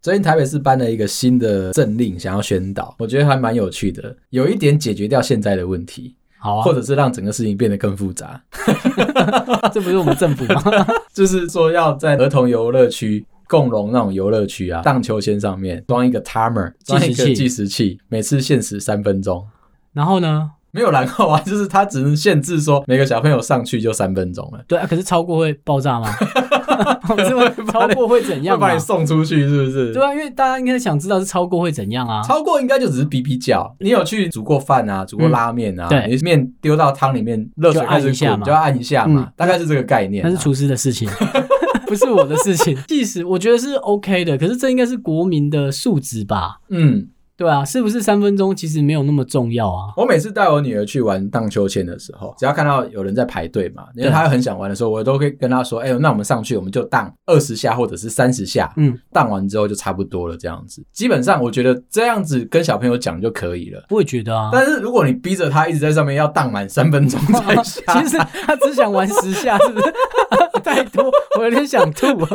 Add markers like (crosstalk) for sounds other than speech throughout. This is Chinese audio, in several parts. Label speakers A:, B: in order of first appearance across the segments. A: 最近台北市颁了一个新的政令，想要宣导，我觉得还蛮有趣的，有一点解决掉现在的问题，
B: 好啊
A: 或，者是让整个事情变得更复杂。
B: 这不是我们政府吗？
A: 就是说要在儿童游乐区、共融那种游乐区啊，荡秋千上面装一个
B: (laughs)
A: timer，装一
B: 计时
A: 个
B: 器
A: 计时器，每次限时三分钟。
B: (laughs) 然后呢？
A: 没有然后啊， (laughs) 就是它只能限制说每个小朋友上去就三分钟了，
B: 对啊，可是超过会爆炸 (laughs) 吗？不是吗超过会怎
A: 要
B: 样嘛
A: 把你？送出去是不是？
B: 对啊，因为大家应该想知道是超过会怎样啊？
A: 超过应该就只是比比较。你有去煮过饭啊，煮过拉面啊，
B: 嗯对
A: 你面丢到汤里面，热水
B: 就
A: 开
B: 按
A: 始
B: 一下
A: 滚
B: 嘛嗯
A: 就要按一下嘛，大概是这个概念、啊。
B: 那是厨师的事 (laughs) 情，不是我的事情。即使我觉得是 OK 的，可是这应该是国民的素质吧？
A: 嗯，
B: 对啊，是不是三分钟其实没有那么重要啊？
A: 我每次带我女儿去玩荡秋千的时候，只要看到有人在排队嘛，因为她很想玩的时候，我都会跟她说：“哎、呦，那我们上去，我们就荡二十下或者是三十下，
B: 嗯，
A: 荡完之后就差不多了。”这样子，基本上我觉得这样子跟小朋友讲就可以了。
B: 我也觉得啊。
A: 但是如果你逼着她一直在上面要荡满三分钟才下，
B: (laughs) 其实他只想玩十下，是不 (laughs) 是？太多，我有点想吐。啊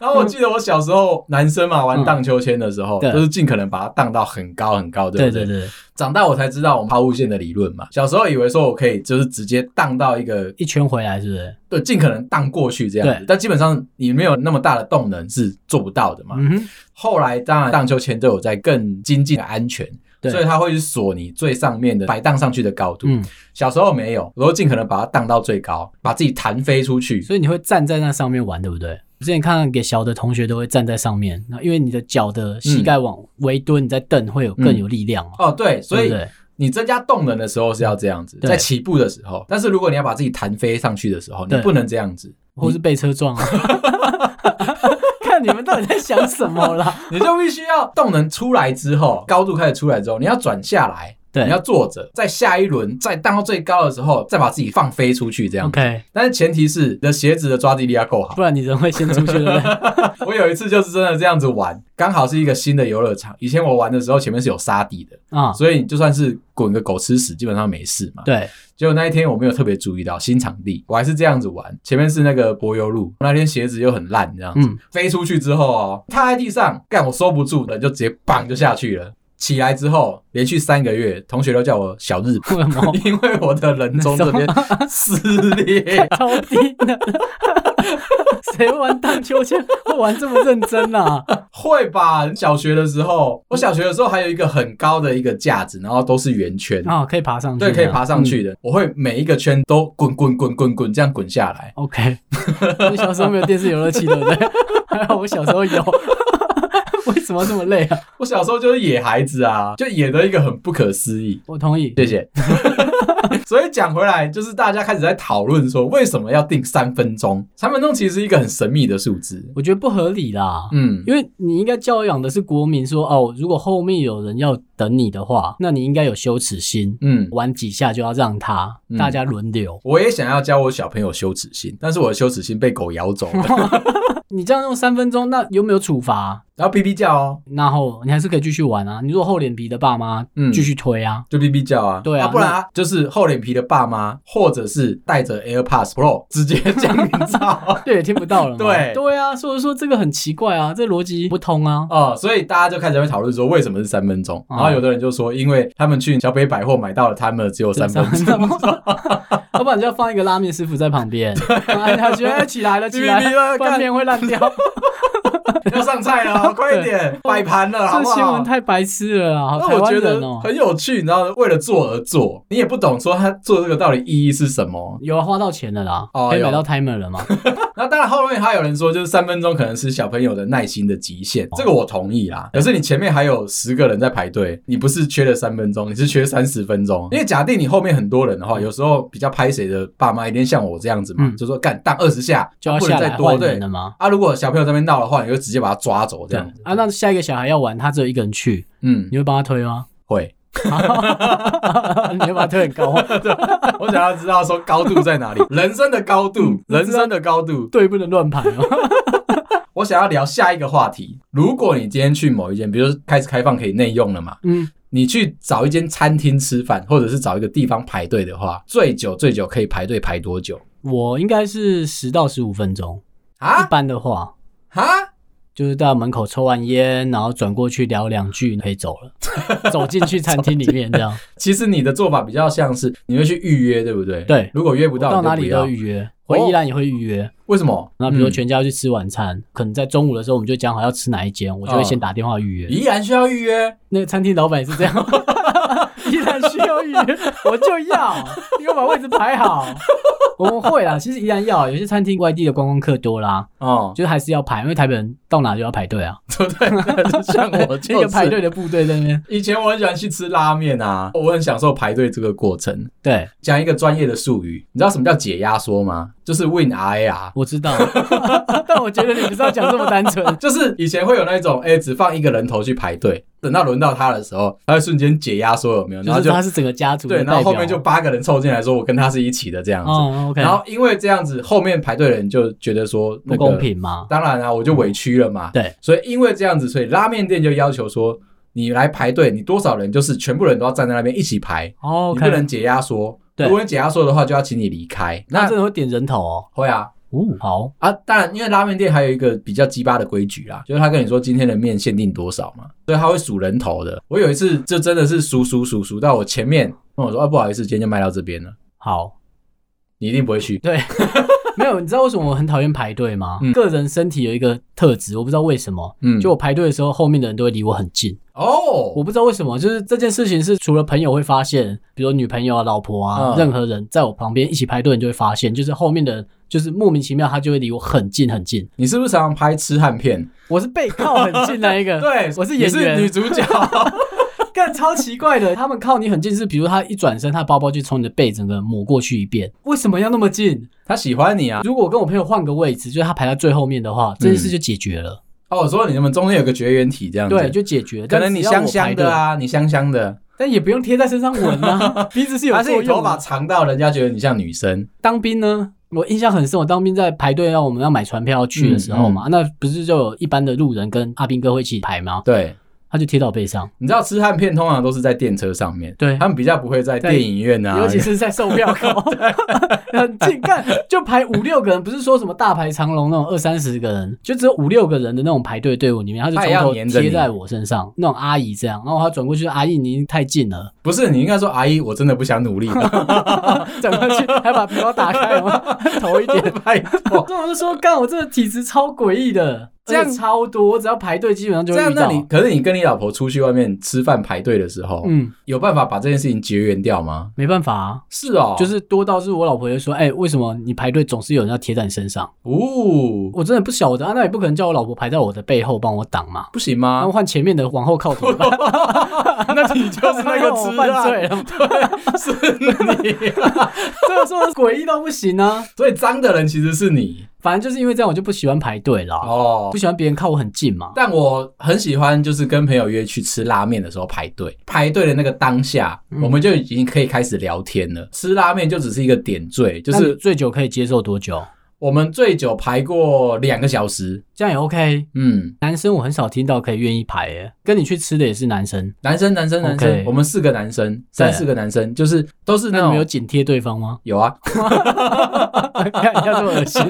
A: 然后我记得我小时候男生嘛玩
B: 嗯
A: 荡秋千的时候，
B: 对
A: 就是尽可能把它荡到很高很高，对
B: 对
A: 不
B: 对对，
A: 长大我才知道我们抛物线的理论嘛。小时候以为说我可以就是直接荡到一个
B: 一圈回来是不是？
A: 对，尽可能荡过去这样子
B: 对，
A: 但基本上你没有那么大的动能是做不到的嘛。
B: 嗯哼，
A: 后来当然荡秋千都有在更精进的安全，
B: 对
A: 所以它会去锁你最上面的摆荡上去的高度。
B: 嗯，
A: 小时候没有，我都尽可能把它荡到最高，把自己弹飞出去。
B: 所以你会站在那上面玩，对不对？之前看给小的同学都会站在上面，那因为你的脚的膝盖往微蹲，你在蹬会有更有力量嘛，
A: 哦，对，所
B: 对
A: 以
B: 不对？
A: 你增加动能的时候是要这样子，
B: 对
A: 在起步的时候。但是如果你要把自己弹飞上去的时候，你
B: 对
A: 不能这样子，
B: 或是被车撞啊。 (laughs) 看你们到底在想什么啦？
A: 你就必须要动能出来之后，高度开始出来之后，你要转下来，
B: 对
A: 你要坐着，在下一轮再荡到最高的时候，再把自己放飞出去这样。
B: (laughs) OK，
A: 但是前提是你的鞋子的抓地力要够好。
B: (laughs) 不然你人会先出去，对 (laughs) 不对？
A: 我有一次就是真的这样子玩，刚好是一个新的游乐场。以前我玩的时候前面是有沙地的，
B: 啊，
A: 所以你就算是滚个狗吃屎，基本上没事嘛。
B: 对，
A: 结果那一天我没有特别注意到新场地，我还是这样子玩。前面是那个柏油路，那天鞋子又很烂，这样子、
B: 嗯
A: 飞出去之后哦，踏在地上，干我收不住了，就直接砰就下去了。起来之后，连续三个月，同学都叫我小日
B: 为什么
A: 本，？ (laughs) 因为我的人中这边撕
B: (laughs)
A: 裂。
B: 超低的，谁玩荡秋千会玩这么认真啊？
A: 会吧？小学的时候，我小学的时候还有一个很高的一个架子，然后都是圆圈，
B: 啊，可以爬上去，
A: 对，可以爬上
B: 嗯。
A: 去的。我会每一个圈都滚滚滚滚滚这样滚下来。
B: OK，你 (laughs) 小时候没有电视游乐器对不对？ (laughs) 还好我小时候有。为什么这么累啊？
A: 我小时候就是野孩子啊，就野的一个很不可思议。
B: 我同意，
A: 谢谢。 (laughs) 所以讲回来，就是大家开始在讨论说，为什么要定三分钟？三分钟其实是一个很神秘的数字。
B: 我觉得不合理啦。
A: 嗯，
B: 因为你应该教养的是国民说哦，如果后面有人要等你的话，那你应该有羞耻心，
A: 嗯，
B: 玩几下就要让他，
A: 嗯
B: 大家轮流。
A: 我也想要教我小朋友羞耻心，但是我的羞耻心被狗咬走
B: (laughs)
A: 了，
B: 你这样用三分钟，那有没有处罚？
A: 然后哔哔叫哦，
B: 然后你还是可以继续玩啊。你如果厚脸皮的爸妈，
A: 嗯
B: 继续推啊。
A: 就哔哔叫啊。
B: 对啊。
A: 不然、啊、就是厚脸皮的爸妈，或者是带着 AirPods Pro 直接降临噪
B: 对，也听不到了
A: (laughs)
B: 嘛。
A: 对
B: 对啊，所以说这个很奇怪啊，这逻辑不通啊。
A: 哦，所以大家就开始会讨论说，为什么是三分钟？
B: 哦
A: 然后有的人就说，因为他们去小北百货买到了 timer 只有三分
B: 只有
A: 钟
B: 三， (laughs) 要不然你就要放一个拉面师傅在旁边，哎他觉得哎起来了，起来
A: 哔哔哔
B: 了， (laughs)
A: 哔
B: 不然面会烂掉。
A: (laughs) 要上菜
B: (laughs)
A: 了，快一点，摆盘了，好
B: 哦这
A: 不
B: 新闻
A: 好？
B: 太白痴了啊！好
A: 那
B: 台
A: 我
B: 湾
A: 觉
B: 人
A: 得
B: 哦，
A: 很有趣，你知道，为了做而做，你也不懂说他做这个到底意义是什么。
B: 有啊花到钱了啦，
A: 哦
B: 可以
A: 有
B: 买到 timer
A: (laughs)
B: 了嘛？
A: 那当然，后面还有人说，就是三分钟可能是小朋友的耐心的极
B: 哦
A: 限，这个我同意啦。
B: 哎
A: 可是你前面还有十个人在排队，你不是缺了三分钟，你是缺三十分
B: 嗯
A: 钟。因为假定你后面很多人的话，有时候比较拍谁的爸妈一定像我这样子嘛，
B: 嗯
A: 就说干荡二十下
B: 就要
A: 不
B: 下
A: 能再
B: 来
A: 多
B: 换
A: 对
B: 人了。吗？
A: 啊，如果小朋友在那边闹的话，你就直接把他抓走这
B: 对
A: 样子。
B: 啊，那下一个小孩要玩，他只有一个人去，
A: 嗯，
B: 你会帮他
A: (laughs)
B: 推吗？ (laughs)
A: 会。
B: 你会把他推很高，
A: 我想要知道说高度在哪里，人生的高
B: 嗯
A: 度，人生的高度。
B: (laughs) 对，不能乱盘
A: (laughs)
B: 哦。
A: 我想要聊下一个话题。如果你今天去某一间，比如说开始开放可以内用了嘛，
B: 嗯，
A: 你去找一间餐厅吃饭，或者是找一个地方排队的话，最久最久可以排队排多久
B: 我应该是十到十五分钟，一
A: 啊？
B: 般的话。
A: 啊？
B: 就是到门口抽完烟，然后转过去聊两句，可以走了，走进去餐厅里面这样。
A: 其实你的做法比较像是你会去预约，对不对？
B: 对
A: 如果约不
B: 我到
A: 到，
B: 哪
A: 你
B: 里
A: 就不要
B: 都预约，回宜兰也会预约。
A: 为什么？
B: 那比如说
A: 嗯
B: 全家去吃晚餐，可能在中午的时候我们就讲好要吃哪一间，我就会
A: 嗯
B: 先打电话预约。
A: 依然需要预约，
B: 那个餐厅老板也是
A: (laughs)
B: 这样，依然需要预约，我就要，你给我把位置排好。我们会啦，其实依然要，有些餐厅外地的观光客多啦，
A: 哦，
B: 就是还是要排，因为台北人到 (laughs) 哪就要排队啊，
A: 对不对？像我
B: (laughs) 一
A: 就
B: 个
A: 是
B: 排队的部队在
A: (laughs)
B: 那边。
A: 以前我很喜欢去吃拉面啊，我很享受排队这个过程。
B: 对，
A: 讲一个专业的术语，你知道什么叫解压缩吗？就是 Win R A R。(laughs)
B: 我知道，但我觉得你不是要讲这么单纯。
A: 就是以前会有那种，哎、只放一个人头去排队，等到轮到他的时候，他会瞬间解压缩，有没有？ (laughs) 然
B: 就
A: 后
B: 是
A: 就
B: 他是整个家族的
A: 对，
B: 代
A: 然
B: 表，
A: 后后面就八个人凑进来说，我跟他是一起的这样子。
B: 哦，OK，
A: 然后因为这样子，后面排队的人就觉得说、那
B: 不
A: 个、
B: 公，平嘛，
A: 当然啊，我就委屈了嘛。
B: 对，
A: 所以因为这样子，所以拉面店就要求说，你来排队，你多少人就是全部人都要站在那边一起排
B: 哦
A: 你不
B: ，OK，
A: 能解压缩。
B: 对
A: 如果你解压缩的话，就要请你离开。
B: 那
A: 那
B: 真的会点人头哦，
A: 会啊。
B: 啊哦，好，
A: 啊，当然，因为拉面店还有一个比较鸡巴的规矩啦，就是他跟你说今天的面限定多少嘛，所以他会数人头的。我有一次就真的是数数数数到我前面跟我说，啊，不好意思，今天就卖到这边了，
B: 好，
A: 你一定不会去。
B: 对， (laughs) 没有，你知道为什么我很讨厌排队吗？
A: 嗯
B: 个人身体有一个特质，我不知道为什么，
A: 嗯，
B: 就我排队的时候，后面的人都会离我很近，
A: 哦
B: 我，不知道为什么，就是这件事情是除了朋友会发现，比如女朋友啊、老婆啊，
A: 嗯
B: 任何人在我旁边一起排队，你就会发现，就是后面的人就是莫名其妙他就会离我很近很近，
A: 你是不是常常拍痴汉
B: (laughs)
A: 片？
B: 我是被靠很近那一 (laughs) 个，
A: 对，
B: 我是
A: 也
B: 演
A: 是
B: 员
A: 女主
B: (laughs)
A: 角。
B: 干超奇怪 (laughs) 的，他们靠你很近是，比如他一转身，他包包就从你的背整个抹过去一遍，为什么要那么近？
A: 他喜欢你啊！
B: 如果我跟我朋友换个位置，就是他排在最后面的话，
A: 嗯
B: 这件事就解决了。
A: 哦，我说你们中间有个绝缘体这样子，
B: 对，就解决。
A: 可
B: 但
A: 能你
B: 只要
A: 香
B: 我
A: 香
B: 排队
A: 的，啊，你香香的，
B: 但也不用贴在身上闻
A: (laughs)
B: 啊，鼻子是有
A: 还是
B: 作
A: 你头
B: 用
A: 发
B: 的。
A: 长到人家觉得你像女生？
B: 当兵呢，我印象很深，我当兵在排队要我们要买船票去的时候
A: 嗯
B: 嘛，那不是就有一般的路人跟阿兵哥会一起排吗？
A: 对，
B: 他就贴到我背上，
A: 你知道痴汉片通常都是在电车上面，
B: 对
A: 他们比较不会在
B: 在
A: 电影院啊，
B: 尤其是在售票
A: (laughs)
B: 口， (laughs) 很近，看就排五六个人，不是说什么大排长龙那种二三十个人，就只有五六个人的那种排队队伍里面，他就
A: 他也
B: 从
A: 要
B: 头
A: 黏着
B: 贴
A: 你
B: 在我身上，那种阿姨这样，然后他转过去，阿姨您太近
A: (laughs)
B: 了。啊
A: 不是你应该说阿姨，我真的不想努力了，
B: 转过去还把皮包打开，有没
A: (laughs)
B: 有 (laughs) 头一点。
A: 拜托。
B: 所以我就说，干，我这个体质超诡异的，
A: 这样
B: 而且超多，我只要排队基本上 (laughs) 就
A: 这
B: 会
A: 样
B: 遇，
A: 那
B: 到。
A: 你可是你跟你老婆出去外面吃饭排队的时候，
B: 嗯，
A: 有办法把这件事情结缘掉吗？
B: 没办法啊，
A: 是哦，
B: 就是多到是我老婆就说，哎、为什么你排队总是有人要贴在你身上？
A: 哦，
B: 我真的不晓得啊，那也不可能叫我老婆排在我的背后帮 (laughs) 我挡嘛。
A: 不行
B: 然
A: 吗
B: 后？换前面的往后靠怎么办？
A: (laughs) 那你 (laughs) 就是那个啊
B: (laughs) 我
A: 痴
B: 犯罪
A: 汉， (laughs)
B: 了，
A: 是你。 (laughs)
B: 这个说诡异到不行啊！
A: 所以脏的人其实是你
B: 反正就是因为这样，我就不喜欢排队啦，
A: 哦
B: 不。喜欢别人靠我很近嘛。
A: 但我很喜欢，就是跟朋友约去吃拉面的时候排队，排队的那个当下，
B: 嗯
A: 我们就已经可以开始聊天了。吃拉面就只是一个点缀，就
B: 那你
A: 是
B: 最久可以接受多久？
A: 我们最久排过两个小时。
B: 这样也 OK。
A: 嗯，
B: 男生我很少听到可以愿意排耶，跟你去吃的也是男生，
A: 男生，男生，男
B: OK
A: 生我们四个男生，三四个男生，就是都是那
B: 那你们
A: 种？
B: 有紧贴对方吗
A: (laughs)
B: (laughs)
A: 有啊，
B: 看一下这么恶心，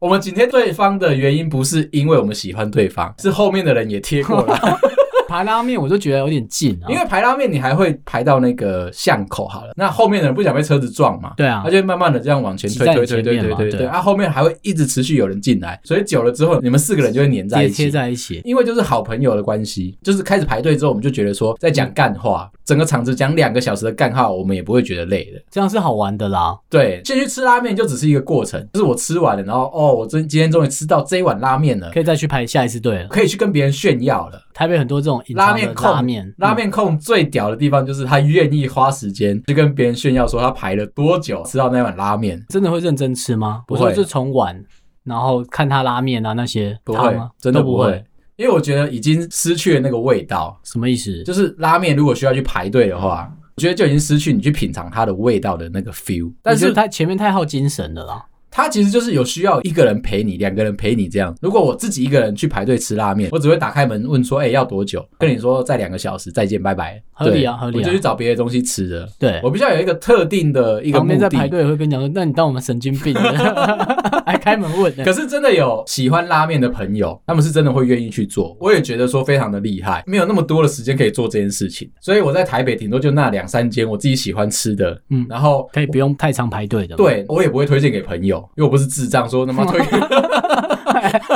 A: 我们紧贴对方的原因不是因为我们喜欢对方，是后面的人也贴过来。
B: (laughs) 排拉面我就觉得有点近啊，
A: 因为排拉面你还会排到那个巷口好了，那后面的人不想被车子撞嘛，
B: 对啊
A: 他就会慢慢的这样往前推
B: 挤在
A: 推推
B: 你前
A: 推
B: 面
A: 推
B: 嘛
A: 推
B: 对
A: 推，
B: 啊
A: 啊后面还会一直持续有人进来，所以久了之后你们四个人就会黏在
B: 也
A: 一
B: 贴
A: 起。
B: 在一起，
A: 因为就是好朋友的关系，就是开始排队之后，我们就觉得说在讲干话，整个场子讲两个小时的干话，我们也不会觉得累的。
B: 这样是好玩的啦。
A: 对，进去吃拉面就只是一个过程，就是我吃完了，然后哦，我今今天终于吃到这一碗拉面了，
B: 可以再去排下一次队了。
A: 可以去跟别人炫耀了。
B: 台北很多这种隐藏的
A: 拉面控，
B: 拉面，嗯
A: 拉面控最屌的地方就是他愿意花时间去跟别人炫耀说他排了多久吃到那碗拉面。
B: 真的会认真吃吗？
A: 不
B: 我
A: 会
B: 说就从碗，然后看他拉面啊那些
A: 不
B: 汤
A: 会
B: 啊，，
A: 真的
B: 都不
A: 不会，，因为我觉得已经失去了那个味道。
B: 什么意思？
A: 就是拉面如果需要去排队的话，我觉得就已经失去你去品尝它的味道的那个 feel。但
B: 你
A: 是
B: 觉得太前面太耗精神了啦，
A: 它其实就是有需要一个人陪你，两个人陪你这样。如果我自己一个人去排队吃拉面，我只会打开门问说：“哎、要多久？”跟你说再两个小时，再见，拜拜。
B: 合理啊
A: 对
B: 合理啊
A: 我就去找别的东西吃的。
B: 对，
A: 我比较有一个特定的一个
B: 旁
A: 目
B: 边在
A: 的。
B: 排队也会跟你讲说，那你当我们神经
A: (laughs)
B: 病呢，还开门问呢。
A: 可是真的有喜欢拉面的朋友，他们是真的会愿意去做，我也觉得说非常的厉害，没有那么多的时间可以做这件事情，所以我在台北顶多就那两三间我自己喜欢吃的，
B: 嗯
A: 嗯，然后
B: 可以不用太常排队的。，
A: 对我也不会推荐给朋友，因为我不是智障，说他妈
B: (laughs)
A: 推给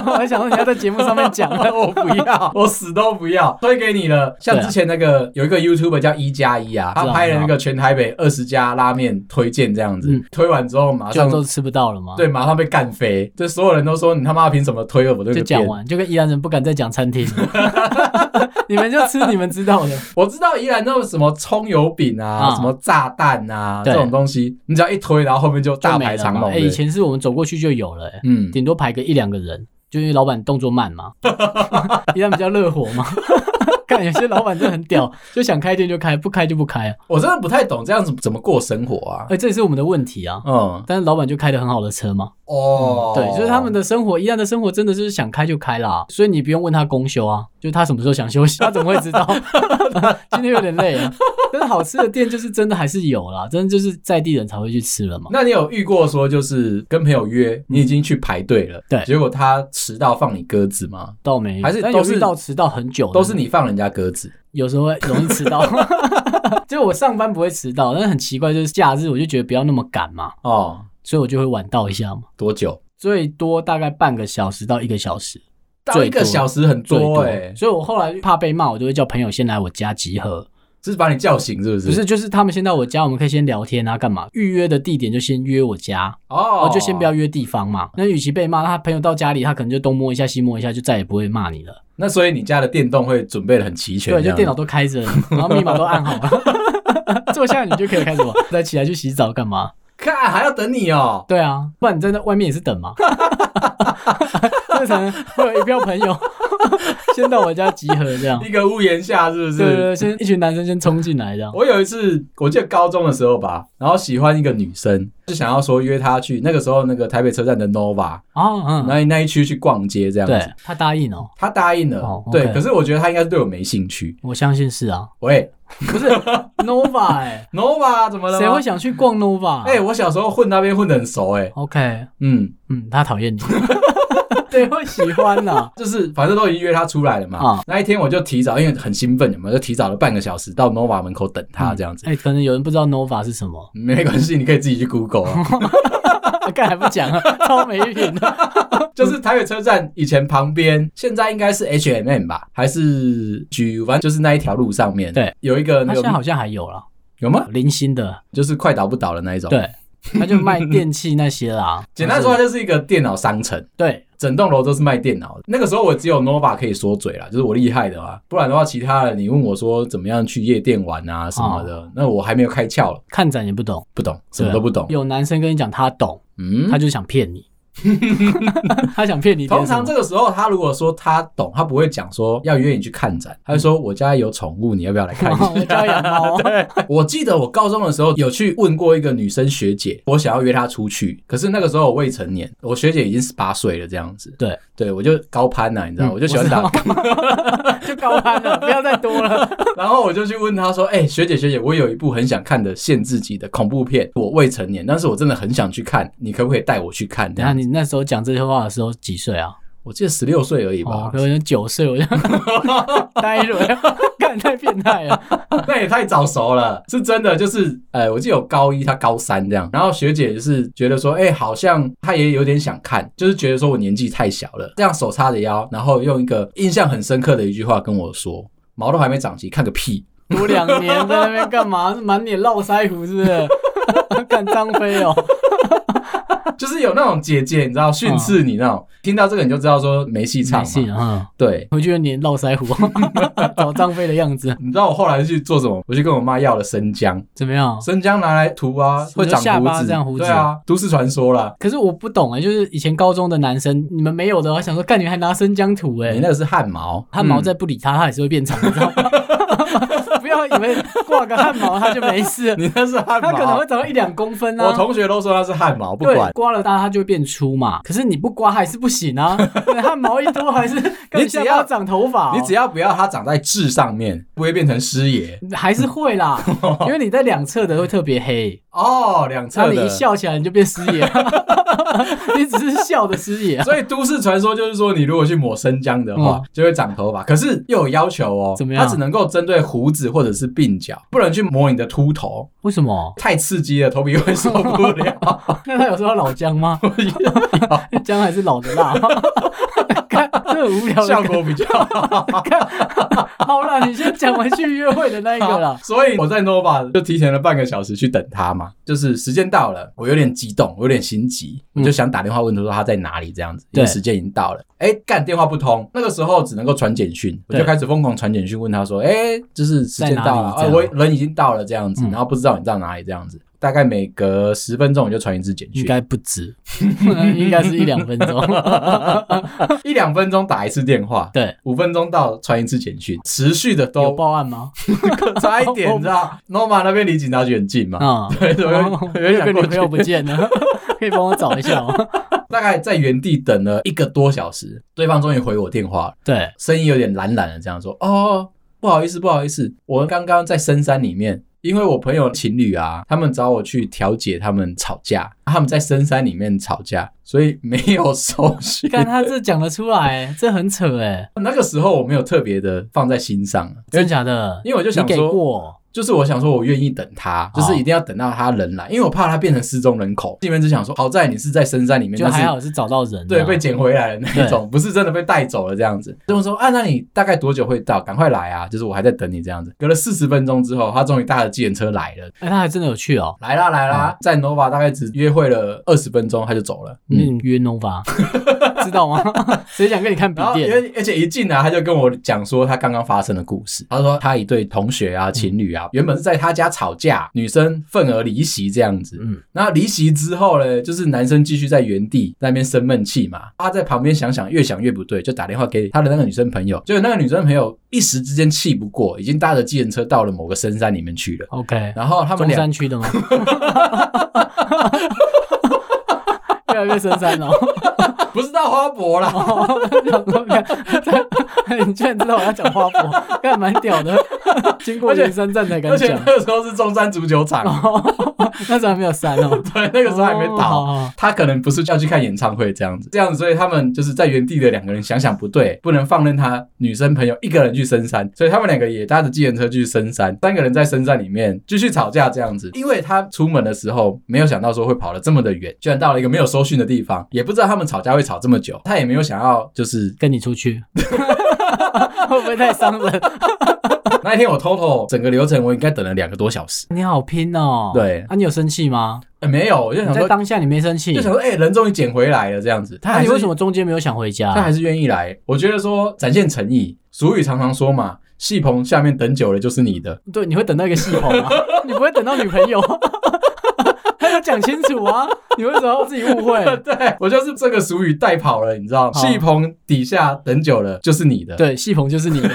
B: 我还想说你要在节目上面
A: (laughs)
B: 讲
A: 我不
B: (laughs)
A: 要，我死都不要，推给你了。像
B: 对啊
A: 之前那个有一个 YouTuber 叫一加一啊，他
B: 知道
A: 拍了那个全台北二十家拉面推荐这样子，
B: 嗯
A: 推完之后马
B: 就
A: 上
B: 都吃不到了吗？
A: 对，马上被干飞，这所有人都说你他妈凭什么推我这个
B: 就
A: 店？
B: 讲完，就跟宜兰人不敢再讲
A: (laughs)
B: 餐厅了，你们就吃你们知道的。
A: 我知道宜兰那种什么葱油饼啊、
B: 啊
A: 什么炸弹啊
B: 对
A: 这种东西，你只要一推，然后后面就大
B: 就没
A: 排
B: 了
A: 长
B: 嘛
A: 龙
B: 哎、
A: 的。
B: 以前是我们走过去就有了、哎
A: 嗯，
B: 顶多排个一两个人，就因为老板动作慢嘛， (laughs) 一样比较热火嘛。 (laughs) 看有些老板真的很屌，就想开店就开，不开就不开啊。
A: 我真的不太懂这样子怎么过生活啊
B: 哎、。这也是我们的问题啊。
A: 嗯，
B: 但是老板就开的很好的车嘛，
A: 哦，
B: 对，就是他们的生活，一样的生活真的是想开就开啦，所以你不用问他公休啊，就是他什么时候想休息，他怎么会知道？ (laughs) 今天有点累啊，但是好吃的店就是真的还是有啦，真的就是在地人才会去吃了嘛。
A: 那你有遇过说就是跟朋友约，你已经去排队了，
B: 嗯对
A: 结果他迟到放你鸽子吗？
B: 倒没有，
A: 还是
B: 但
A: 都
B: 有
A: 是
B: 遇到迟到很久的，
A: 都是你放人家鸽子，
B: 有时候会容易迟到。 (laughs) 就我上班不会迟到，但是很奇怪，就是假日我就觉得不要那么赶嘛，
A: 哦，
B: 所以我就会晚到一下嘛，
A: 多久？
B: 最多大概半个小时到一个小时，
A: 到
B: 最
A: 一个
B: 多
A: 小时很
B: 最
A: 多
B: 多。
A: 哎、
B: 所以我后来怕被骂，我就会叫朋友先来我家集合，
A: 是把你叫醒是不是？
B: 不是，就是他们先到我家，我们可以先聊天啊，干嘛？预约的地点就先约我家，
A: 哦
B: 哦，就先不要。约地方嘛。那与其被骂，那他朋友到家里，他可能就东摸一下西摸一下，就再也不会骂你了。
A: 那所以你家的电动会准备的很齐全，
B: 对，
A: 这
B: 就
A: 样
B: 电脑都开着，然后密码都按好
A: (laughs)
B: 了， (laughs) 坐下你就可以开始玩。再起来去洗澡干嘛？
A: 看还要等你哦。
B: 对啊，不然你在那外面也是
A: (laughs)
B: 等嘛。这可能会有一票朋友 (laughs) 先到我家集合这样，
A: 一个屋檐下是不哦
B: 对对
A: 是？
B: 对，先一群男生先冲进来这样。
A: 我有一次，我记得高中的时候吧，然后喜欢一个女生，就想要说约她去那个时候那个台北车站的 Nova
B: 啊，嗯，
A: 那、那一区去逛街这样
B: 对
A: 子。
B: 他答应哦，
A: 她答应了，
B: 哦
A: 对
B: OK
A: 可是我觉得她应该对我没兴趣。
B: 我相信是啊
A: 喂
B: ，Nova 哎。
A: ，Nova 怎么了吗？
B: (laughs) 谁会想去啊逛 Nova？
A: 欸 (laughs) 哎、我小时候混那边混得很熟、哎，
B: o k
A: 嗯，
B: 嗯，他讨
A: (laughs)
B: 厌你，谁会喜欢呢、
A: 就是反正都已经约她出来了嘛。
B: 啊
A: 那一天我就提早，因为很兴奋，有没有？就提早了半个小时到 Nova 门口等她这样子。
B: (laughs) 哎、可能有人不知道 Nova 是什么， (laughs)
A: 没关系，你可以自己去 Google 啊。
B: 干还
A: (laughs)
B: 不讲啊，超没品的。
A: 就是台北车站以前旁边，现在应该是 H M M 吧，还是 G，反正就是那一条路上面，
B: 对，
A: 有一个
B: 他
A: 那
B: 现在好
A: 个
B: 像还有啦，
A: 有吗？
B: 零星的，
A: 就是快倒不倒的那一种。，
B: 对，他就卖电器那些啦。
A: (laughs) 简单说，它就是一个电脑商城，
B: 对，
A: 整栋楼都是卖电脑的。那个时候我只有 Nova 可以说嘴啦，就是我厉害的啊，不然的话，其他的你问我说怎么样去夜店玩啊什么
B: 哦
A: 的，那我还没有开窍了，
B: 看展也不懂，
A: 不懂，什么都不懂
B: 对。啊有男生跟你讲他懂，
A: 嗯
B: 他，就想骗你， (laughs) 他想骗你点
A: 通
B: 什么。
A: 常这个时候，他如果说他懂，他不会讲说要约你去看展，他就说我家有宠物，你要不要来看一下？
B: (laughs) 我家养猫，啊
A: (laughs) 我记得我高中的时候有去问过一个女生学姐，我想要约她出去，可是那个时候我未成年，我学姐已经十八岁了，这样子。
B: 对，
A: 对我就高攀啊呐、你知道，
B: 嗯
A: 我就喜欢打
B: 我，就高攀 (laughs) 了，不要再多了。
A: (laughs) 然后我就去问她说：“哎、学姐学姐，我有一部很想看的限制级的恐怖片，我未成年，但是我真的很想去看，你可不可以带我去看？”这
B: 等一下
A: 样，
B: 你那时候讲这些话的时候几岁啊？
A: 我记得十六岁而已
B: 哦
A: 吧，，
B: 可能九岁我 (laughs) 就呆了，我就干太变态了。
A: (laughs) 那也太早熟了，是真的。就是呃，我记得有高一，她高三这样，然后学姐就是觉得说，哎、好像她也有点想看，就是觉得说我年纪太小了，这样手叉着腰，然后用一个印象很深刻的一句话跟我说。毛都还没长齐，看个屁！ (laughs)
B: 读两年在那边干嘛？是满脸络腮胡是 (laughs) 不是？干张飞哦，
A: 就是有那种姐姐，你知道训斥你那种，听到这个你就知道说没戏唱
B: 没
A: 嘛。
B: 戏啊！
A: 对，
B: 我觉得你络腮胡，哦 (laughs) 找张飞的样子
A: 你知道我后来去做什么？我去跟我妈要了生姜，
B: 怎么样？
A: 生姜拿来涂啊，
B: 你说
A: 会长
B: 下巴
A: 胡子，
B: 这样胡子
A: 对啊，都市传说啦。
B: 可是我不懂哎、就是以前高中的男生，你们没有的，我还想说，干你还拿生姜涂哎、
A: 你那个是汗毛，嗯
B: 汗毛再不理他，他也是会变长，你知道吗？不要以为挂个汗毛它就没事，
A: (laughs) 你那是汗毛，
B: 它可能会长到一两公分啊。
A: 我同学都说那是汗毛，不
B: 对
A: 管。
B: 刮了它，它就会变粗嘛。可是你不刮还是不
A: (laughs)
B: 行啊，对汗毛一多还是
A: 你
B: 跟
A: 只
B: 下
A: 要
B: 巴长头发哦、
A: 你只要不要它长在痣上面，不会变成师爷
B: 还是
A: (laughs)
B: 会啦，因为你在两侧的会特别黑，
A: 哦。两
B: 那
A: 侧
B: 你
A: 的
B: 一，笑起来你就变师
A: (laughs)
B: 爷，你只是笑的师爷啊，
A: 所以都市传说就是说，你如果去抹生姜的话，就会长头发。可是又有要求哦，
B: 嗯怎么样
A: 它只能够针对胡子或者是鬓角，不能去抹你的秃头，
B: 为什么？
A: 太刺激了，头皮会受不
B: (laughs)
A: 了。
B: 那他有说到老
A: (laughs)
B: 姜吗？姜还是老的辣， (laughs) 看这很无聊的
A: 效
B: 梗。
A: 果比较好。
B: 好啦，你先讲完去约会的那一个啦。
A: 所以我在 Nova 就提前了半个小时去等他嘛，就是时间到了，我有点激动，我有点心急，
B: 嗯
A: 我就想打电话问他说他在哪里这样子，因为
B: 对
A: 时间已经到了。哎，干电话不通，那个时候只能够传简讯，我
B: 对
A: 就开始疯狂传简讯问他说，哎，就是时间到了，
B: 在
A: 哎
B: 哪里这
A: 我
B: 样
A: 人已经到了这样子，
B: 嗯
A: 然后不知道你到哪里这样子。大概每隔十分钟我就传一次简
B: 应
A: 讯，
B: 该不止， (laughs) 应该是一两分
A: (laughs)
B: 钟。
A: 一两分钟打一次电话，
B: 对，
A: 五分钟到传一次简讯，持续的
B: 有
A: 都
B: 报案吗？
A: 差一点，你知道 Nova 那边离警察局很近嘛，
B: 啊，
A: 对，我
B: 哦
A: 有有点
B: 个
A: 想
B: 女
A: 过
B: 朋友不
A: 去，
B: 见
A: (laughs)
B: 了，可以帮我找一下吗？
A: 大概在原地等了一个多小时，对方终于回我电话了，
B: 对，
A: 声音有点懒懒的，这样说：“哦，不好意思，不好意思，我刚刚在深山里面，因为我朋友情侣啊，他们找我去调解他们吵架，他们在深山里面吵架，所以没有手续。”
B: 看他这讲得出来，这很扯哎，
A: 那个时候我没有特别的放在心上，
B: 真假的？
A: 因为我就想
B: 你给
A: 说
B: 过，哦
A: 就是我想说，我愿意等他，就是一定要等到他人来，因为我怕他变成失踪人口。这边只想说，好在你是在深山里面，
B: 就
A: 但是
B: 还好是找到人啊，
A: 对，被捡回来的那一种，不是真的被带走了这样子。跟我说啊，那你大概多久会到？赶快来啊！就是我还在等你这样子。隔了四十分钟之后，他终于搭了计程车来了，
B: 哎，他还真的有去哦。
A: 来啦来啦，在 Nova 大概只约会了二十分钟，他就走了。嗯。
B: 嗯，
A: (laughs)
B: 约 Nova，知道吗？ (laughs) 谁想跟你看笔
A: 然后，
B: 电？
A: 而而且一进来，他就跟我讲说他刚刚发生的故事。他说他一对同学啊、情侣啊，原本是在他家吵架，女生愤而离席这样子。
B: 嗯，
A: 那离席之后呢，就是男生继续在原地在那边生闷气嘛。他在旁边想想，越想越不对，就打电话给他的那个女生朋友。结果那个女生朋友一时之间气不过，已经搭着计程车到了某个深山里面去了。
B: OK，
A: 然后他们
B: 中
A: 俩
B: 山
A: (laughs)
B: 区的吗？越来越深山哦了、 (laughs)
A: 不是到花博啦，
B: 你居然知道我要讲花博，还蛮屌的。经过圆山站才敢
A: 而且
B: 讲哦
A: 那，个时候是中山足球场，
B: 那时候还没有山哦，
A: 对，那个时候还没倒。
B: 哦好好
A: 他可能不是要去看演唱会这样子，这样子，所以他们就是在原地的两个人想想不对，不能放任他女生朋友一个人去深山，所以他们两个也搭着计程车去深山，三个人在深山里面继续吵架这样子。因为他出门的时候没有想到说会跑得这么的远，居然到了一个没有搜讯的地方，也不知道他们吵架会吵这么久，他也没有想要就是 (laughs)
B: 跟你出去，会不会太伤人？
A: 那一天我 total 整个流程我应该等了两个多小时，
B: 你好拼哦。
A: 对
B: 啊，你有生气吗？
A: 呃没有，我就
B: 你
A: 想
B: 在
A: 说。
B: 当下你没生气
A: 就，想说，哎、人终于捡回来了，这样子。他
B: 那
A: 还
B: 你
A: 是
B: 为什么中间没有想回家？
A: 他还是愿意来。我觉得说展现诚意，俗语常常说嘛，戏棚下面等久了就是你的。 (laughs)
B: 对，你会等到一个系统啊，你不会等到女朋友。他要讲清楚啊，你为什么要自己误会？
A: (laughs) 对我就是这个俗语带跑了，你知道，
B: 好
A: 戏棚底下等久了就是你的。，
B: 对，系统就是你
A: (laughs)
B: 的，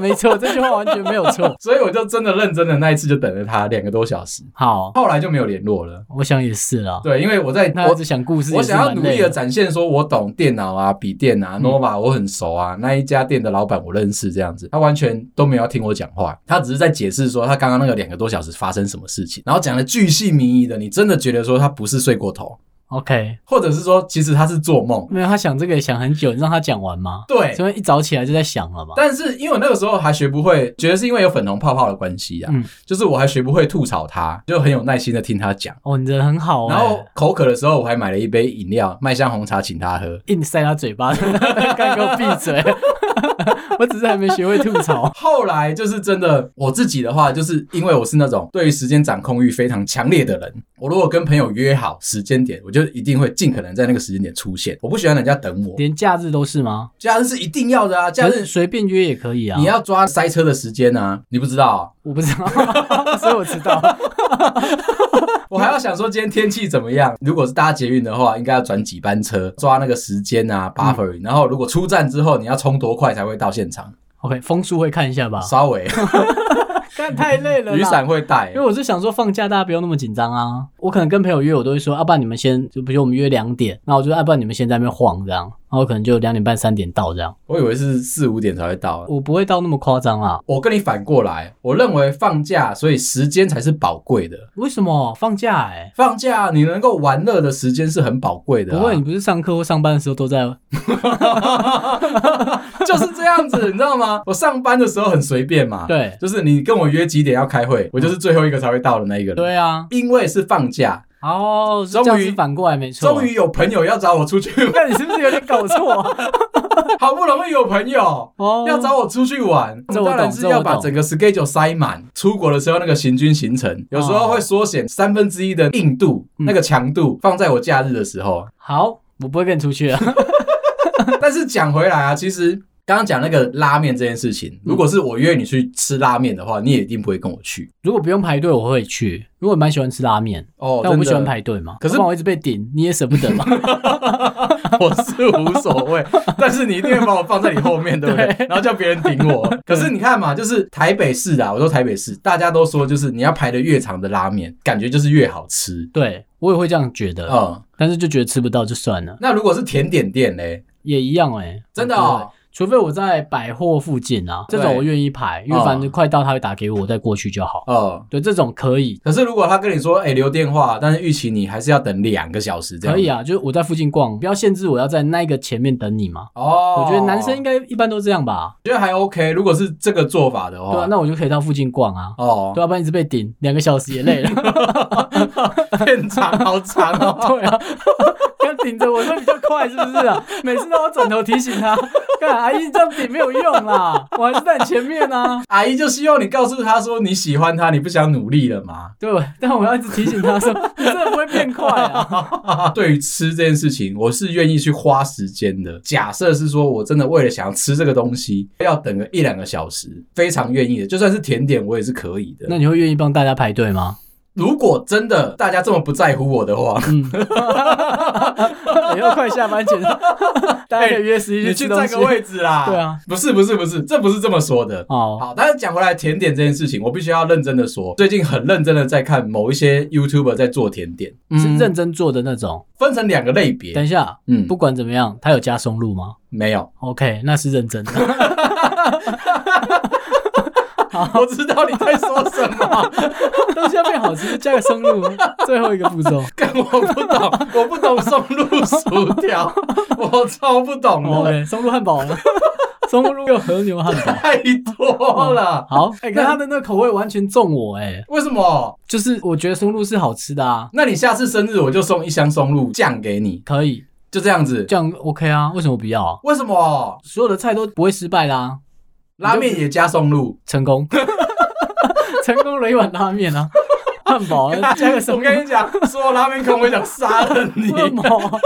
B: 没错，这句话完全没有错。
A: 所以我就真的认真的那一次就等了他两个多小时，
B: 好，
A: 后来就没有联络了。
B: 我想也是啦。
A: 对，因为我在
B: 那一
A: 我
B: 直想故事也
A: 我
B: 是
A: 想要
B: 蛮
A: 努
B: 累
A: 力
B: 的嗯
A: 的展现说我懂电脑啊、笔电啊、Nova 我很熟啊，那一家店的老板我认识这样子，他完全都没有要听我讲话，他只是在解释说他刚刚那个两个多小时发生什么事情，然后讲的巨细靡遗的，你真的觉得说他不是睡过头，
B: OK，
A: 或者是说其实他是做梦，
B: 没有他想这个也想很久，你让他讲完吗？
A: 对。
B: 所以一早起来就在想了嘛。
A: 但是因为我那个时候还学不会，觉得是因为有粉红泡泡的关系啊，
B: 嗯
A: 就是我还学不会吐槽他，就很有耐心的听他讲。
B: 哦，你人很好哎、
A: 然后口渴的时候，我还买了一杯饮料麦香红茶请他喝，
B: 硬塞他嘴
A: (laughs)
B: 巴，干给我闭嘴！我只是还没学会吐槽。
A: 哦后来就是真的，我自己的话，就是因为我是那种对于时间掌控欲非常强烈的人，我如果跟朋友约好时间点，我就一定会尽可能在那个时间点出现。我不喜欢人家等我，
B: 连假日都是吗？
A: 假日是一定要的啊，假
B: 可是
A: 日
B: 随便约也可以啊。
A: 你要抓塞车的时间啊，你不知道啊、
B: 我不知道， (laughs) 所以我知道。
A: 我还要想说今天天气怎么样。如果是搭捷运的话，应该要转几班车，抓那个时间啊，buffer、然后如果出站之后，你要冲多快才会到现场？
B: OK，风速会看一下吧，
A: 稍 (laughs) 微
B: 看太累了啦。
A: 雨伞会带欸
B: 因为，我是想说放假大家不要那么紧张啊。我可能跟朋友约，我都会说，要、不然你们先，就比如我们约两点，那我就要、啊不然你们先在那边晃这样，然后我可能就两点半三点到这样，
A: 我以为是四五点才会到。欸
B: 我不会到那么夸张啊啦。
A: 我跟你反过来，我认为放假，所以时间才是宝贵的。
B: 为什么放假、欸？
A: 放假你能够玩乐的时间是很宝贵的、
B: 不
A: 啊，
B: 会，你不是上课或上班的时候都在？
A: (laughs) 就是这样子，你知道吗？我上班的时候很随便嘛，，
B: 对
A: 就是你跟我约几点要开会，我就是最后一个才会到的那一个人。，
B: 对啊，
A: 因为是放假，
B: 哦，
A: 终于
B: 这样子反过来没错。
A: 终于，有朋友要找我出去，
B: 那你是不是有点搞错、啊？
A: (laughs) 好不容易有朋友。
B: (laughs) 哦
A: 要找我出去玩，
B: 这我
A: 当
B: 懂
A: 然是
B: 这我
A: 要
B: 懂
A: 把整个 schedule 塞满。出国的时候，那个行军行程，有时候会缩减三分之一的硬度，
B: 哦嗯
A: 那个强度放在我假日的时候。 (laughs)
B: 好，我不会跟你出去啊。
A: 但是讲回来啊，其实刚刚讲那个拉面这件事
B: 嗯
A: 情，如果是我约你去吃拉面的话，你也一定不会跟我去
B: (laughs) 如果不用排队，我会去，因为我蛮喜欢吃拉面，
A: 哦。
B: 但我不
A: 真的
B: 喜欢排队嘛。
A: 可是
B: 要不然我一直被顶，你也舍不得嘛。
A: (laughs) 我是无所
B: (laughs)
A: 谓，但是你一定会把我放在你后面，对不对？
B: 对
A: 然后叫别人顶
B: (laughs)
A: 我。可是你看嘛，就是台北市啊，我说台北市，大家都说就是你要排的越长的拉面，感觉就是越好吃。
B: 对我也会这样觉得，
A: 嗯，
B: 但是就觉得吃不到就算了，
A: 那如果是甜点店嘞，
B: 也一样哎、
A: 真的哦，
B: 除非我在百货附近啊，这种
A: 对
B: 我愿意排，因为
A: 哦
B: 反正快到他会打给我，我再过去就好。
A: 哦、
B: 啊对，这种可以，
A: 可是如果他跟你说，哎、留电话，但是预期你还是要等两个小时这样。
B: 可以。啊，就是我在附近逛，不要限制我要在那个前面等你嘛。
A: 哦，
B: 我觉得男生应该一般都这样吧，
A: 觉得还 OK，如果是这个做法的话，
B: 对啊，那我就可以到附近逛啊。
A: 哦， (laughs)
B: 对啊，不然一直被顶，两个小时也累了。
A: 片长好长哦。
B: (laughs) 对啊，要顶着我说比较快，是不
A: (laughs)
B: 是啊？每次都要转头提醒他，干阿姨你这样顶没有用啦，我还是在你前面啊。
A: 阿姨就希望你告诉他说你喜欢他，你不想努力了吗？
B: 对， (laughs) 但我要一直提醒他说，你真的不会变快啊。
A: (laughs) 对于吃这件事情，我是愿意去花时间的。假设是说我真的为了想要吃这个东西，要等个一两个小时，非常愿意的。就算是甜点，我也是可以的。
B: (laughs) 那你会愿意帮大家排队 (laughs) 吗？
A: 如果真的大家这么不在乎我的话，
B: 嗯，以后快
A: (laughs)
B: 下班前，大家可以约十一
A: 哎你
B: 吃
A: 去
B: 东
A: 占
B: 西
A: 个。位置啦。
B: (laughs) 对啊，
A: 不是不是不是，这不是这么说的。
B: 哦，
A: 好，但是讲回来甜点这件事情，我必须要认真的说，最近很认真的在看某一些 YouTuber 在做甜点，
B: 是认真做的那种。
A: 分成两个类别
B: 嗯等。一下，
A: 嗯，
B: 不管怎么样，他有加松露吗
A: 没有，
B: ？OK，那是认真的。啊
A: 我知道你在说什
B: (laughs)
A: 么，
B: (laughs) 东西要变好吃，加个松 (laughs) 露，最后一个步骤。
A: 但我不懂，我不懂松露薯条，
B: (laughs)
A: 我超不懂的，
B: OK，松露汉堡 (laughs) 了，松露又和牛汉堡。
A: 太多了。
B: 好，
A: 哎
B: 那
A: 看
B: 它的那个口味完全中我哎、
A: 为什么？
B: 就是我觉得松露是好吃的啊，
A: 那你下次生日我就送一箱松露酱给你，
B: 可以
A: 就这样子。
B: 这样 OK 啊？为什么不要啊？
A: 为什么
B: 所有的菜都不会失败啦，
A: 拉面也加松露？
B: 成功， (laughs) 成功了一碗拉面啊，汉堡啊加个松
A: 我
B: 露，
A: 跟你讲，说拉面控，我想杀了 (laughs) 你
B: 为，什么？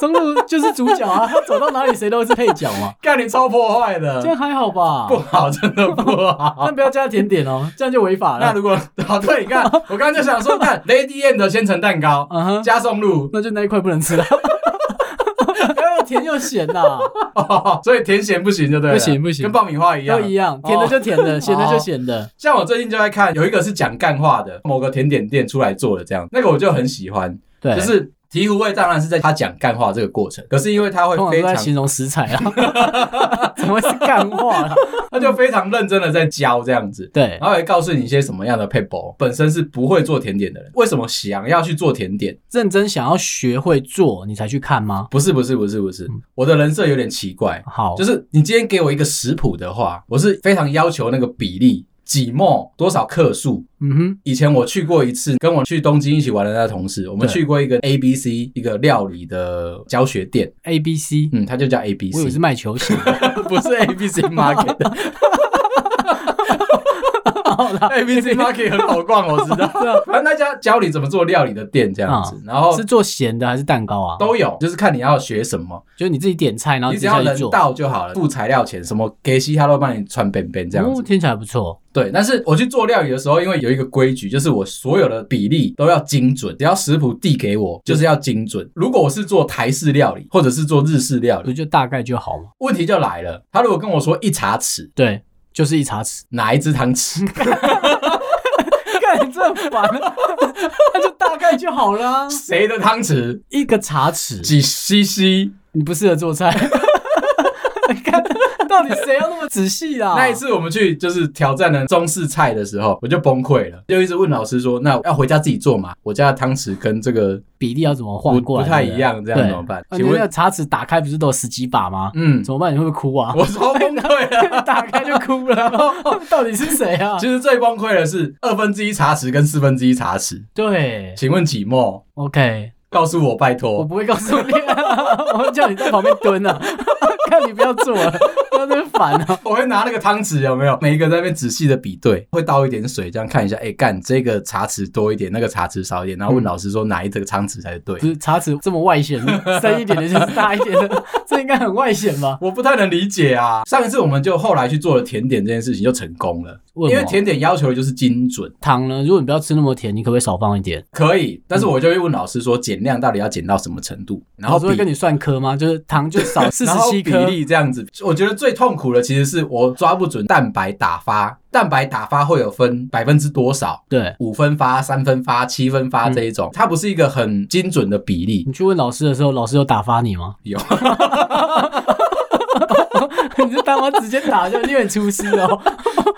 B: 松露就是主角啊，他走到哪里谁都是配角嘛，
A: 干你超破坏的
B: 这，样还好吧
A: 不？好，真的不
B: (laughs)
A: 好。
B: 但不要加甜点哦，这样就违法
A: 那
B: 了。
A: 如果好，对，你
B: (laughs)
A: 看，我刚刚就想说，看 Lady and 的千层蛋糕
B: 嗯哼，
A: 加松露， (laughs)
B: 那就那一块不能吃了，不要又甜又咸呐、
A: 哦所以甜咸不行就对了，
B: 不行不行
A: 跟爆米花一样哦
B: 都。一样，甜的就甜的，咸的就咸的。
A: 像我最近就在看，有一个是讲干话的，某个甜点店出来做的这样，那个我就很喜欢，
B: 对，
A: 就是。醍醐味当然是在他讲干话这个过程，可是因为他会
B: 通常
A: 非
B: 都在
A: 常，
B: 形容食材啊， (laughs) 怎么会是干话啦？
A: 他就非常认真的在教这样子，
B: 对，
A: 然后也告诉你一些什么样的 people 本身是不会做甜点的人，为什么想要去做甜点？
B: 认真想要学会做，你才去看吗？
A: 不是不是不是不是，
B: 嗯
A: 我的人设有点奇怪，
B: 好，
A: 就是你今天给我一个食谱的话，我是非常要求那个比例几沫多少克数。
B: 嗯哼，
A: 以前我去过一次，跟我去东京一起玩的那同事，我们
B: 对
A: 去过一个 A B C 一个料理的教学店，
B: A B C，
A: 嗯，它就叫 A B
B: 我以
A: C，
B: 为
A: (laughs)
B: 是卖球鞋，
A: 不是 A B C Market，
B: 好啦，
A: A B C Market 很好逛，我知
B: (laughs)
A: 道。
B: 啊
A: 反正那家教你怎么做料理的店这样子，然后
B: 是做咸的还是蛋糕啊？
A: 哦都有，就是看你要学什么，
B: 就是你自己点菜，然后
A: 你只
B: 直接
A: 要
B: 下去
A: 人
B: 做。
A: 到就好了。付材料钱，什么给西他都帮你穿边边这样
B: 哦，
A: 子。
B: 听起来不错。
A: 对，但是我去做料理的时候，因为有一个规矩，就是我所有的比例都要精准，只要食谱递给我，就是要精准。如果我是做台式料理，或者是做日式料
B: 不
A: 理，
B: 就大概就好嘛？
A: 问题就来了。他如果跟我说一茶匙，。
B: 对，就是一茶匙
A: (laughs) 哪一支汤匙？
B: 干，你这烦，
A: 啊
B: 那就大概就好啦。
A: 谁的汤匙？
B: (laughs) 一个茶匙，
A: 啊几 CC？
B: 你不适合
A: (laughs)
B: 做菜。干到底谁要那么仔细啊啦？
A: 那一次我们去就是挑战了中式菜的时候，我就崩溃了，就一直问老师说：“那要回家自己做吗？我家的汤匙跟这个
B: 比例要怎么
A: 不
B: 换
A: 不
B: 过来？
A: 太
B: 对
A: 一
B: 对
A: 样，这样
B: 对
A: 怎么办？”
B: 啊
A: 请
B: 你那
A: 问
B: 个，茶匙打开不是都有十几把吗？
A: 嗯，
B: 怎么办？你会不会哭啊？
A: 我 (laughs) 超崩溃了。
B: (laughs) 打开就哭 (laughs) 了，到底是谁啊？
A: 其实最崩溃的是二分之一茶匙跟四分之一茶匙，
B: 对
A: 请问几墨？
B: ，OK，
A: 告诉我，拜
B: 我
A: 托。
B: 不会告诉你、啊 (laughs) 我会叫你在旁边蹲啊， (laughs) 看你不要做了，不要在那边烦啊。
A: 我会拿那个汤匙有没有？每一个在那边仔细的比对，会倒一点水，这样看一下。哎、干这个茶匙多一点，那个茶匙少一点，然后问老师说哪一个汤匙才是对
B: 不。是茶匙这么外显，深一点的就是大一点的， (laughs) 这应该很外显吧？
A: 我不太能理解啊。上一次我们就后来去做了甜点这件事情就成功了，
B: 为
A: 因
B: 什
A: 为
B: 么
A: 甜点要求的就是精准，
B: 糖呢，如果你不要吃那么甜，你可不可以少放一点？
A: 可以。但
B: 嗯
A: 是我就会问老师说减量到底要减到什么程度，然后
B: 我会
A: 比
B: 跟你算颗吗？就是糖就 (laughs) 少四
A: 然
B: 十
A: 后
B: 七
A: 比
B: 颗，
A: 例这样子。我觉得最痛苦的其实是我抓不准蛋白打发，蛋白打发会有分百分之多少。
B: 对。
A: 五分发、三分发、七分发这一
B: 嗯
A: 种，它不是一个很精准的比例。
B: 你去问老师的时候，老师有打发你吗？
A: 有，
B: (laughs)
A: (laughs)
B: 你这他妈直接打就有点出师哦。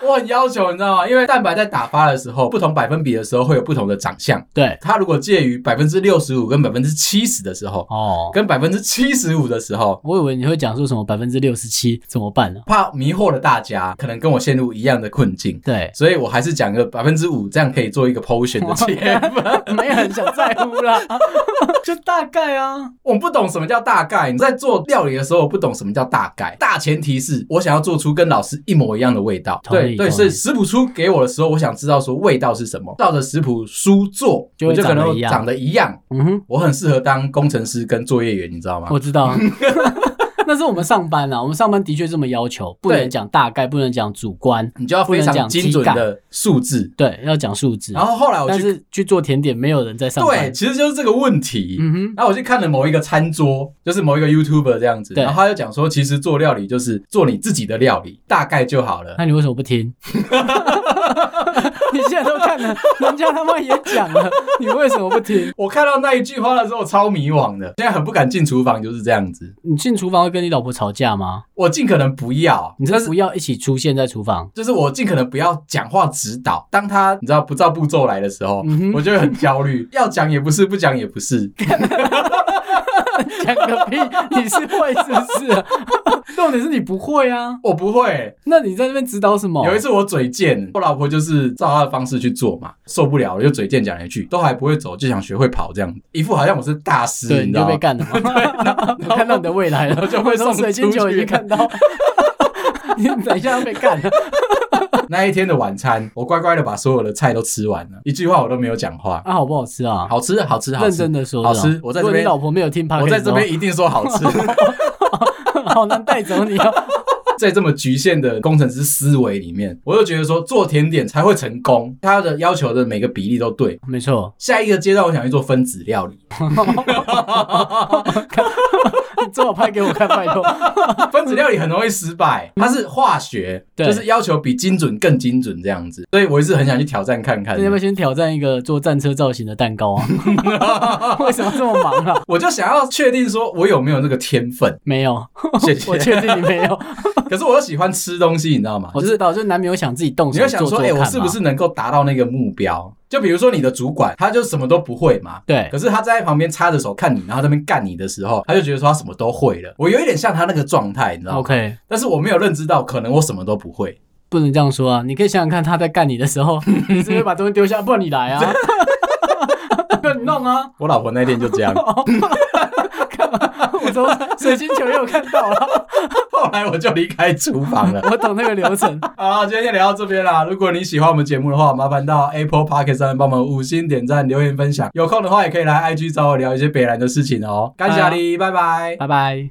A: 我很要求，你知道吗？因为蛋白在打发的时候，不同百分比的时候会有不同的长相。
B: (laughs) 对，
A: 它如果介于百分之六十五跟百分之七十的时候，
B: 哦，
A: 跟百分之七十五的时候，
B: 我以为你会讲说什么百分之六十七怎么办呢、
A: 怕迷惑了大家，可能跟我陷入一样的困境，，
B: 对
A: 所以我还是讲个百分之五，这样可以做一个
B: (laughs)
A: potion 的切分。
B: 没有很想在乎啦， (laughs) 就大概啊。
A: 我不懂什么叫大概，你在做料理的时候，我不懂什么叫大概。大前提是我想要做出跟老师一模一样的味道。
B: 同
A: 对
B: 意
A: 对，
B: 同意
A: 所以食谱出给我的时候，我想知道说味道是什么，照着食谱书做，
B: 就
A: 我
B: 会
A: 就可
B: 长得
A: 能
B: 一样
A: 长得一样。
B: 嗯哼，
A: 我很适合当工程师跟作业员，你知道吗？
B: 我知道。 (laughs) 那是我们上班啦，我们上班的确这么要求，不
A: 对
B: 能讲大概，不能讲主观，
A: 你就要非常精准的数字。
B: 对，要讲数字。
A: 然后后来我
B: 嗯但
A: 去，
B: 是去做甜点，没有人在上
A: 对，
B: 班。
A: 其实就是这个问题。
B: 嗯哼，
A: 然后我去看了某一个餐桌，就是某一个 YouTuber 这样子，
B: 对
A: 然后他就讲说，其实做料理就是做你自己的料理，大概就好了。
B: 那你为什么不听？ (laughs) 你现在都看了，人家他妈也讲 (laughs) 了，你为什么不听？
A: 我看到那一句话的时候，我超迷惘的，现在很不敢进厨房，就是这样子。
B: 你进厨房会跟你老婆吵架吗？
A: 我尽可能不要，
B: 你
A: 但
B: 这
A: 是
B: 不要一起出现在厨房。
A: 就是我尽可能不要讲话指导。当他你知道不照步骤来的时候，
B: 嗯哼
A: 我就会很焦虑，要讲也不是，不讲也不是。
B: 讲个屁！你是会是不是、 (laughs) 重点是你不会啊，
A: 我不会，
B: 那你在那边指导什么？
A: 有一次我嘴贱，我老婆就是照她的方式去做嘛，受不了了就嘴贱讲了一句，都还不会走就想学会跑这样，一副好像我是大师，
B: 对，
A: 你
B: 你
A: 知
B: 就
A: 道
B: 被
A: 吗？
B: (laughs) 干了嘛。我
A: (laughs)
B: 看到你的未来了，
A: 我就会
B: 从
A: 送
B: 水
A: 出
B: 晶球已
A: 去
B: 经。看 (laughs) 到。你等一下要被干了，
A: 那一天的晚餐，我乖乖的把所有的菜都吃完了，一句话我都没有讲话。
B: 啊，好不好吃啊？
A: 好吃，好吃，好
B: 认
A: 吃
B: 真。的说，
A: 好吃我在这边
B: 如果你老婆没有听 p
A: 我在这边一定说好吃。
B: (laughs) 好难带走你啊。
A: (laughs) 在这么局限的工程师思维里面，我就觉得说做甜点才会成功，它的要求的每个比例都对。
B: (laughs) 没错，
A: 下一个阶段，我想去做分子料理。
B: 你最好拍给我看，拜托。
A: 分子料理很容易失败，它是化学，
B: 嗯对
A: 就是要求比精准更精准这样子。所以我一直很想去挑战看看
B: (laughs) 那你。要不要先挑战一个做战车造型的蛋 (laughs) 糕啊？为什么这么忙啊？？
A: 我就想要确定说，我有没有这个天分
B: (laughs) 没有，
A: 谢
B: (laughs)
A: 谢。
B: 我确定你没有。
A: 可是我又喜欢吃东西，你知道吗？
B: (laughs) 我
A: 就是
B: 知道，就难免有想自己动
A: 你
B: 手
A: 会
B: 做
A: 想
B: 做
A: 说，哎、
B: 看嘛。
A: 我是不是能够达到那个目标？就比如说你的主管，他就什么都不会嘛，
B: 对
A: 可是他在旁边插着手看你，然后在那边干你的时候，他就觉得说他什么都会了。我有一点像他那个状态，你知道吗
B: ？OK，
A: 但是我没有认知到，可能我什么都不会。
B: 不能这样说啊！你可以想想看，他在干你的时候，你是不是把东西丢下？不然你来啊！不然你弄啊！ (laughs)
A: 我老婆那天就这样，
B: 福州水晶球也有看到了，
A: 后来我就离开厨房了。
B: 我懂那个流程。
A: (laughs) 好啦，今天就聊到这边啦。如果你喜欢我们节目的话，麻烦到 Apple Park 上面帮我们五星点赞、留言、分享。有空的话，也可以来 IG 找我聊一些北兰的事情哦。感谢你，拜拜。
B: 拜拜。